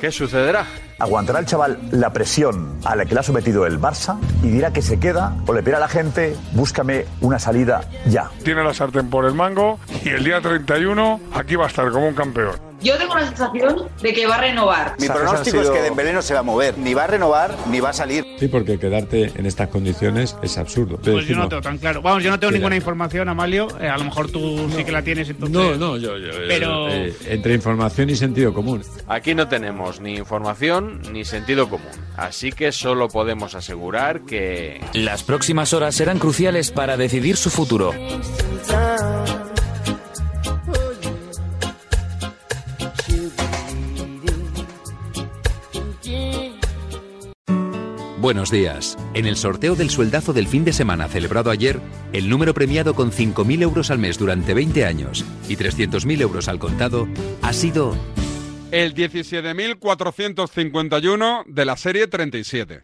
¿Qué sucederá? ¿Aguantará el chaval la presión a la que le ha sometido el Barça y dirá que se queda o le pedirá a la gente, búscame una salida ya? Tiene la sartén por el mango y el día 31 aquí va a estar como un campeón. Yo tengo la sensación de que va a renovar. Mi pronóstico es que Dembélé no se va a mover, ni va a renovar, ni va a salir. Sí, porque quedarte en estas condiciones es absurdo. Pues yo no tengo tan claro. Vamos, yo no tengo Mira. ninguna información, Amalio. Eh, a lo mejor tú sí que la tienes. Entonces... No, no, yo- yo- yo- Pero. eh, Entre información y sentido común. Aquí no tenemos ni información ni sentido común, así que solo podemos asegurar que... Las próximas horas serán cruciales para decidir su futuro. Buenos días. En el sorteo del sueldazo del fin de semana celebrado ayer, el número premiado con 5.000 euros al mes durante 20 años y 300.000 euros al contado ha sido El 17.451 de la serie 37.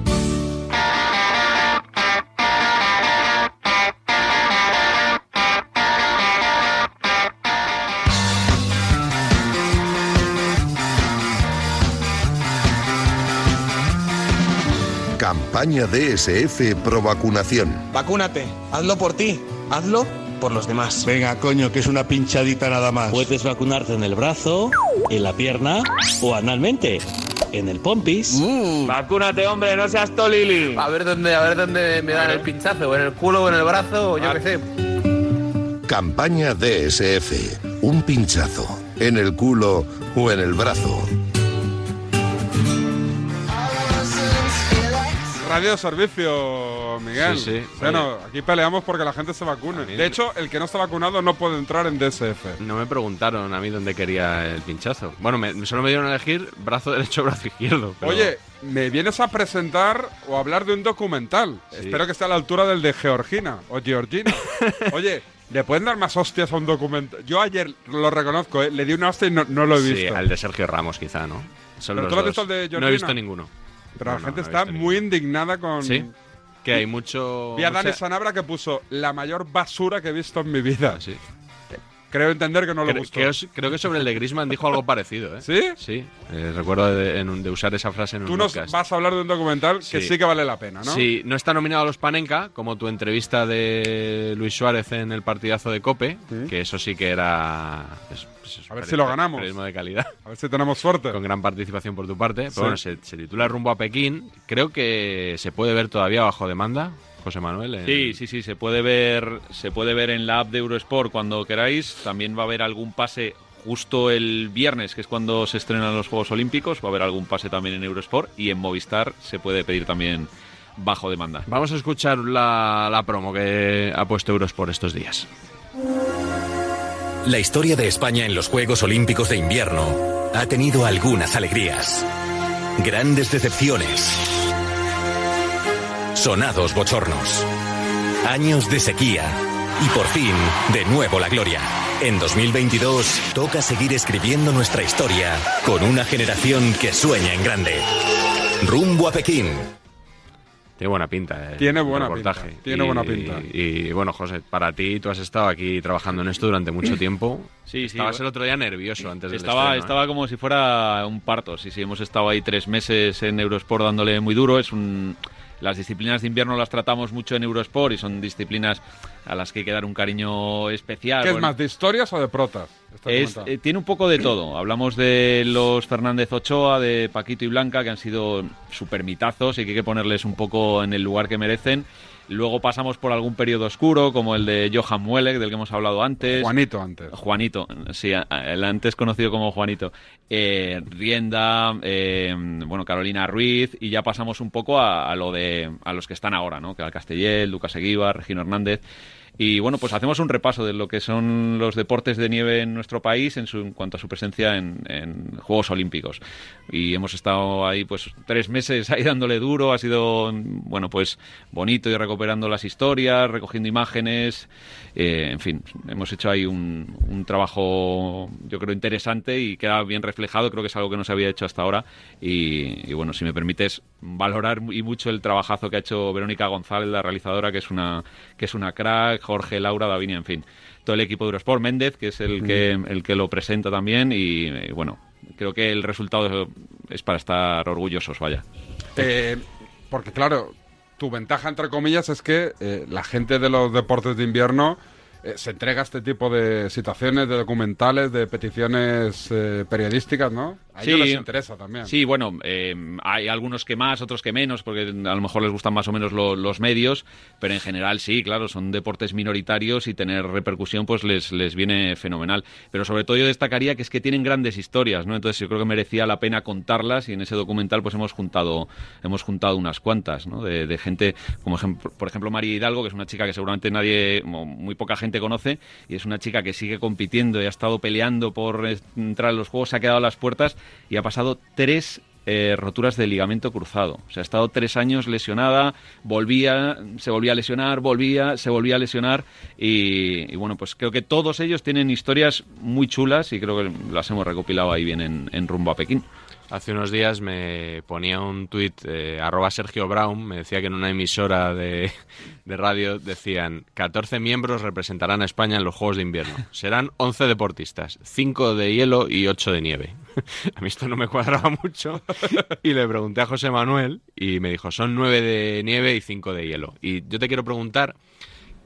Campaña DSF Pro Vacunación. Vacúnate, hazlo por ti, hazlo por los demás. Venga, coño, que es una pinchadita nada más. Puedes vacunarte en el brazo, en la pierna o analmente, en el pompis. Vacúnate, hombre, no seas tolili. Mm. A ver dónde, a ver dónde me dan el pinchazo, o en el culo, o en el brazo, o Ah. yo qué sé. Campaña DSF. Un pinchazo. En el culo o en el brazo. Radio servicio, Miguel. Sí, sí. Bueno, aquí peleamos porque la gente se vacune. De hecho, el que no está vacunado no puede entrar en DSF. No me preguntaron a mí dónde quería el pinchazo. Bueno, me- solo me dieron a elegir brazo derecho o brazo izquierdo. pero- Oye, me vienes a presentar o a hablar de un documental. Espero que esté a la altura del de Georgina o Georgina. Oye, ¿le pueden dar más hostias a un documental? Yo ayer lo reconozco, ¿eh? le di una hostia y no, no lo he Sí, visto. al de Sergio Ramos quizá, ¿no? Son Pero los tú lo dos. has visto el de no Georgina. he visto ninguno. Pero No, la no, gente no he está visto muy indignada con... Sí, que hay mucho... Vi a Dani mucha- Sanabra que puso la mayor basura que he visto en mi vida. Creo entender que no le Ah, Cre- gustó. que os- creo que sobre el de Griezmann dijo algo parecido, ¿eh? ¿Sí? Sí. Eh, recuerdo de, en un- de usar esa frase en Tú un nos podcast. vas a hablar de un documental Sí. que sí que vale la pena, ¿no? Sí, no está nominado a los Panenka, como tu entrevista de Luis Suárez en el partidazo de Cope, Sí. que eso sí que era. es- pues es A ver peri- si lo ganamos. periodismo de calidad. A ver si tenemos suerte. Con gran participación por tu parte. Pero Sí. bueno, se, se titula Rumbo a Pekín. Creo que se puede ver todavía bajo demanda, José Manuel. en- Sí, sí, sí, se puede ver, se puede ver en la app de Eurosport cuando queráis. También va a haber algún pase justo el viernes, que es cuando se estrenan los Juegos Olímpicos, va a haber algún pase también en Eurosport y en Movistar se puede pedir también bajo demanda. Vamos a escuchar la, la promo que ha puesto Eurosport estos días. La historia de España en los Juegos Olímpicos de Invierno ha tenido algunas alegrías, grandes decepciones, sonados bochornos, años de sequía y por fin, de nuevo la gloria. En 2022 toca seguir escribiendo nuestra historia con una generación que sueña en grande. Rumbo a Pekín. Tiene buena pinta. eh, el Tiene buena reportaje. pinta, tiene Y- buena pinta. Y bueno, José, para ti, tú has estado aquí trabajando en esto durante mucho tiempo. Sí, sí. Estabas el otro día nervioso antes del estaba, estreno, ¿eh? Estaba como si fuera un parto. Sí, sí, hemos estado ahí tres meses en Eurosport dándole muy duro. Es un... Las disciplinas de invierno las tratamos mucho en Eurosport y son disciplinas a las que hay que dar un cariño especial. ¿Qué es Bueno, más, de historias o de protas? Está es- comentado. eh, tiene un poco de todo. Hablamos de los Fernández Ochoa, de Paquito y Blanca, que han sido supermitazos y que hay que ponerles un poco en el lugar que merecen. Luego pasamos por algún periodo oscuro, como el de Johan Muelek, del que hemos hablado antes. Juanito antes. Juanito, sí, a- a- el antes conocido como Juanito. Eh, Rienda, eh, bueno, Carolina Ruiz, y ya pasamos un poco a, a lo de a los que están ahora, ¿no? Que al Castellel, Lucas Eguíbar, Regino Hernández. Y bueno, pues hacemos un repaso de lo que son los deportes de nieve en nuestro país en, su- en cuanto a su presencia en, en Juegos Olímpicos. Y hemos estado ahí pues tres meses ahí dándole duro, ha sido bueno pues bonito y recuperando las historias, recogiendo imágenes, eh, en fin, hemos hecho ahí un, un trabajo yo creo interesante y queda bien reflejado, creo que es algo que no se había hecho hasta ahora y, y, bueno, si me permites valorar y mucho el trabajazo que ha hecho Verónica González, la realizadora, que es una, que es una crack, Jorge, Laura, Davinia, en fin, todo el equipo de Eurosport, Méndez, que es el, que, el que lo presenta también y eh, bueno, creo que el resultado es para estar orgullosos, vaya. Eh, porque claro, tu ventaja entre comillas es que eh, la gente de los deportes de invierno eh, se entrega a este tipo de citaciones, de documentales, de peticiones eh, periodísticas, ¿no? A ellos les interesa también. Sí, bueno, eh, hay algunos que más, otros que menos, porque a lo mejor les gustan más o menos lo- los medios, pero en general sí, claro, son deportes minoritarios y tener repercusión pues les, les viene fenomenal. Pero sobre todo yo destacaría que es que tienen grandes historias, ¿no? Entonces yo creo que merecía la pena contarlas y en ese documental pues hemos juntado, hemos juntado unas cuantas, ¿no? De, de gente, como ejemplo, por ejemplo María Hidalgo, que es una chica que seguramente nadie, mo- muy poca gente conoce, y es una chica que sigue compitiendo y ha estado peleando por eh, entrar en los juegos, se ha quedado a las puertas y ha pasado tres eh, roturas de ligamento cruzado. O sea, ha estado tres años lesionada, volvía, se volvía a lesionar, volvía, se volvía a lesionar. Y, y bueno, pues creo que todos ellos tienen historias muy chulas y creo que las hemos recopilado ahí bien en, en rumbo a Pekín. Hace unos días me ponía un tuit, eh, arroba Sergio Brown, me decía que en una emisora de, de radio decían 14 miembros representarán a España en los Juegos de Invierno. Serán 11 deportistas, 5 de hielo y 8 de nieve. A mí esto no me cuadraba mucho y le pregunté a José Manuel y me dijo son 9 de nieve y 5 de hielo. Y yo te quiero preguntar,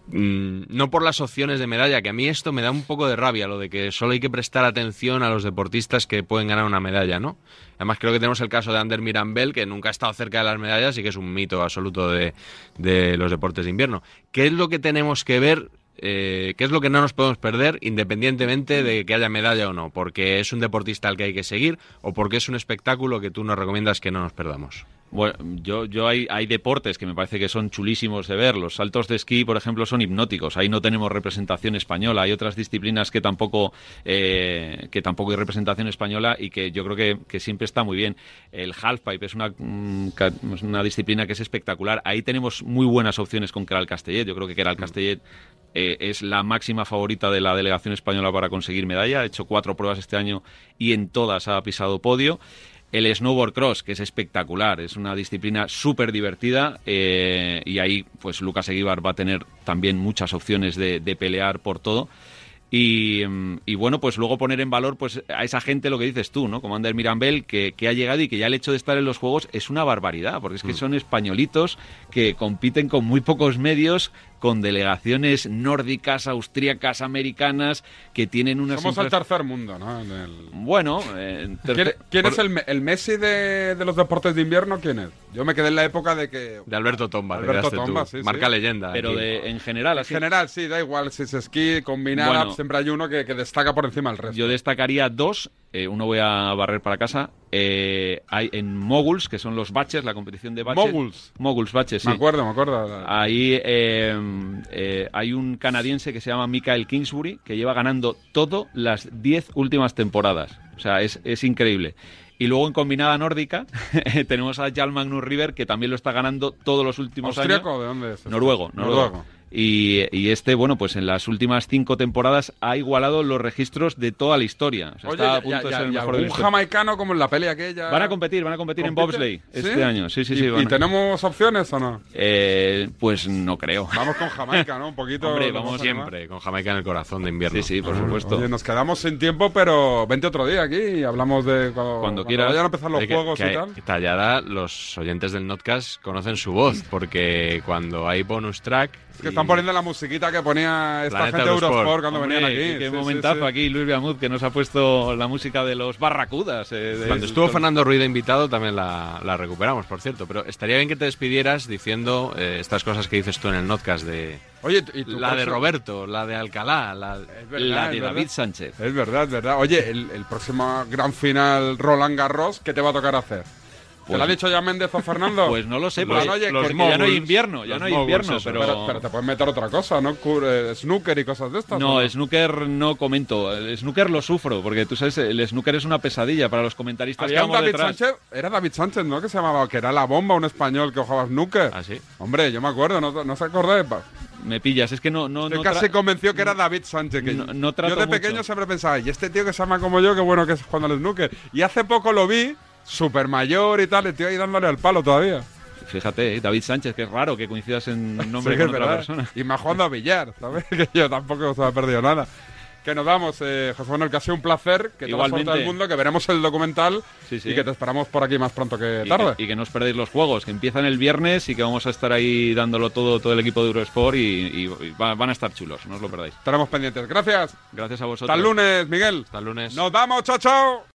Mm, no por las opciones de medalla, que a mí esto me da un poco de rabia, lo de que solo hay que prestar atención a los deportistas que pueden ganar una medalla, ¿no? Además creo que tenemos el caso de Ander Mirambel, que nunca ha estado cerca de las medallas y que es un mito absoluto de, de los deportes de invierno. ¿Qué es lo que tenemos que ver? eh, ¿Qué es lo que no nos podemos perder independientemente de que haya medalla o no? ¿Porque es un deportista al que hay que seguir o porque es un espectáculo que tú nos recomiendas que no nos perdamos? Bueno, yo, yo hay, hay deportes que me parece que son chulísimos de ver. Los saltos de esquí, por ejemplo, son hipnóticos. Ahí no tenemos representación española. Hay otras disciplinas que tampoco, eh, que tampoco hay representación española y que yo creo que, que siempre está muy bien. El halfpipe es una, mm, ca- es una disciplina que es espectacular. Ahí tenemos muy buenas opciones con Keral Castellet. Yo creo que Keral Castellet eh, es la máxima favorita de la delegación española para conseguir medalla. Ha hecho cuatro pruebas este año y en todas ha pisado podio. El snowboard cross, que es espectacular, es una disciplina súper divertida eh, y ahí pues Lucas Eguíbar va a tener también muchas opciones de, de pelear por todo. Y, mm, y bueno, pues luego poner en valor pues a esa gente lo que dices tú, ¿no? Como Ander Mirambel, que, que ha llegado y que ya el hecho de estar en los Juegos es una barbaridad, porque es Mm. que son españolitos que compiten con muy pocos medios, con delegaciones nórdicas, austríacas, americanas, que tienen unas... Somos el infra- tercer mundo, ¿no? En el- Bueno, eh, ¿Quién, terce- quién por- es el, me- el Messi Eh, de, de los deportes de invierno? ¿Quién es? Yo me quedé en la época de que... De Alberto Tomba, te Alberto quedaste tú. Tomba, sí, sí. Marca leyenda. Pero aquí. de- en general, En así. general, sí, da igual si es esquí, combinar, Ah, Bueno. siempre hay uno que, que destaca por encima del resto. Yo destacaría dos eh, uno voy a barrer para casa. eh, hay en Moguls, que son los baches, la competición de baches. Moguls. Moguls, baches, sí. Me acuerdo, me acuerdo. Ahí eh, eh, hay un canadiense que se llama Michael Kingsbury que lleva ganando todo las 10 últimas temporadas. O sea, es, es increíble. Y luego en combinada nórdica tenemos a Jarl Magnus River que también lo está ganando todos los últimos ¿Austriaco años. o de dónde es? Noruego, noruego. Noruego. Y, y este, bueno, pues en las últimas cinco temporadas ha igualado los registros de toda la historia. O sea, Oye, Pues está ya- a punto ya- de ya- ser el ya mejor de la algún historia. jamaicano como en la pelea aquella. Van a competir, van a competir en bobsleigh este año. Sí, sí, ¿Y- sí, ¿Y, van a- tenemos opciones o no? Eh, pues no creo. Vamos con Jamaica, ¿no? Un poquito. Hombre, de vamos cosa, ¿no? Siempre, con Jamaica en el corazón de invierno. Sí, sí, por supuesto. Oye, nos quedamos sin tiempo, pero vente otro día aquí y hablamos de cuando, cuando quieras. vayan a empezar los Oye, que- juegos que y tal. hay- Tallara, los oyentes del Notcast conocen su voz, porque cuando hay bonus track. Es que están poniendo la musiquita que ponía esta Planeta gente de Eurosport. Eurosport cuando Hombre, venían aquí. qué Sí, sí, momentazo sí. aquí, Luis Biamud, que nos ha puesto la música de los Barracudas. eh, de- Cuando estuvo Fernando Ruiz de invitado también la, la recuperamos, por cierto. Pero estaría bien que te despidieras diciendo eh, estas cosas que dices tú en el Notcast de. Oye, ¿y tu la de próximo- Roberto, la de Alcalá, la, verdad, la de David es verdad. Sánchez. Es verdad, es verdad. Oye, el, el próximo gran final Roland Garros, ¿qué te va a tocar hacer? ¿Te Pues- lo ha dicho ya Méndez o Fernando? Pues no lo sé, Bueno, porque- porque ya moguls, no hay invierno, ya los no hay moguls, invierno, eso. pero- pero... te puedes meter otra cosa, ¿no? Cur- eh, Snooker y cosas de estas. No, es snooker no comento. El snooker lo sufro, porque tú sabes, el snooker es una pesadilla para los comentaristas que Había un vamos David detrás. Sánchez, era David Sánchez, ¿no? Que se llamaba, que era la bomba, un español que jugaba snooker. Ah, sí. Hombre, yo me acuerdo, no, no se acordáis. pa- Me pillas, es que no... no, Estoy no casi tra- convencido que era David Sánchez. que No- no trato yo de mucho. pequeño siempre pensaba, y este tío que se llama como yo, qué bueno que es jugando al snooker. Y hace poco lo vi, super mayor y tal, el tío ahí dándole al palo todavía. Fíjate, eh, David Sánchez, que es raro que coincidas en nombre Sí, con es otra verdad. ¿eh? persona. Y más jugando a billar, ¿sabes? que yo tampoco se me ha perdido nada. Que nos vamos, eh, José Manuel, que ha sido un placer, que te vas por Igualmente. todo el mundo, que veremos el documental Sí, sí. y que te esperamos por aquí más pronto que Y tarde. que, y que no os perdáis los juegos, que empiezan el viernes y que vamos a estar ahí dándolo todo, todo el equipo de Eurosport y, y- y va- van a estar chulos, no os lo perdáis. Estaremos pendientes. Gracias. Gracias a vosotros. Hasta el lunes, Miguel. Hasta el lunes. Nos vamos, chao, chao.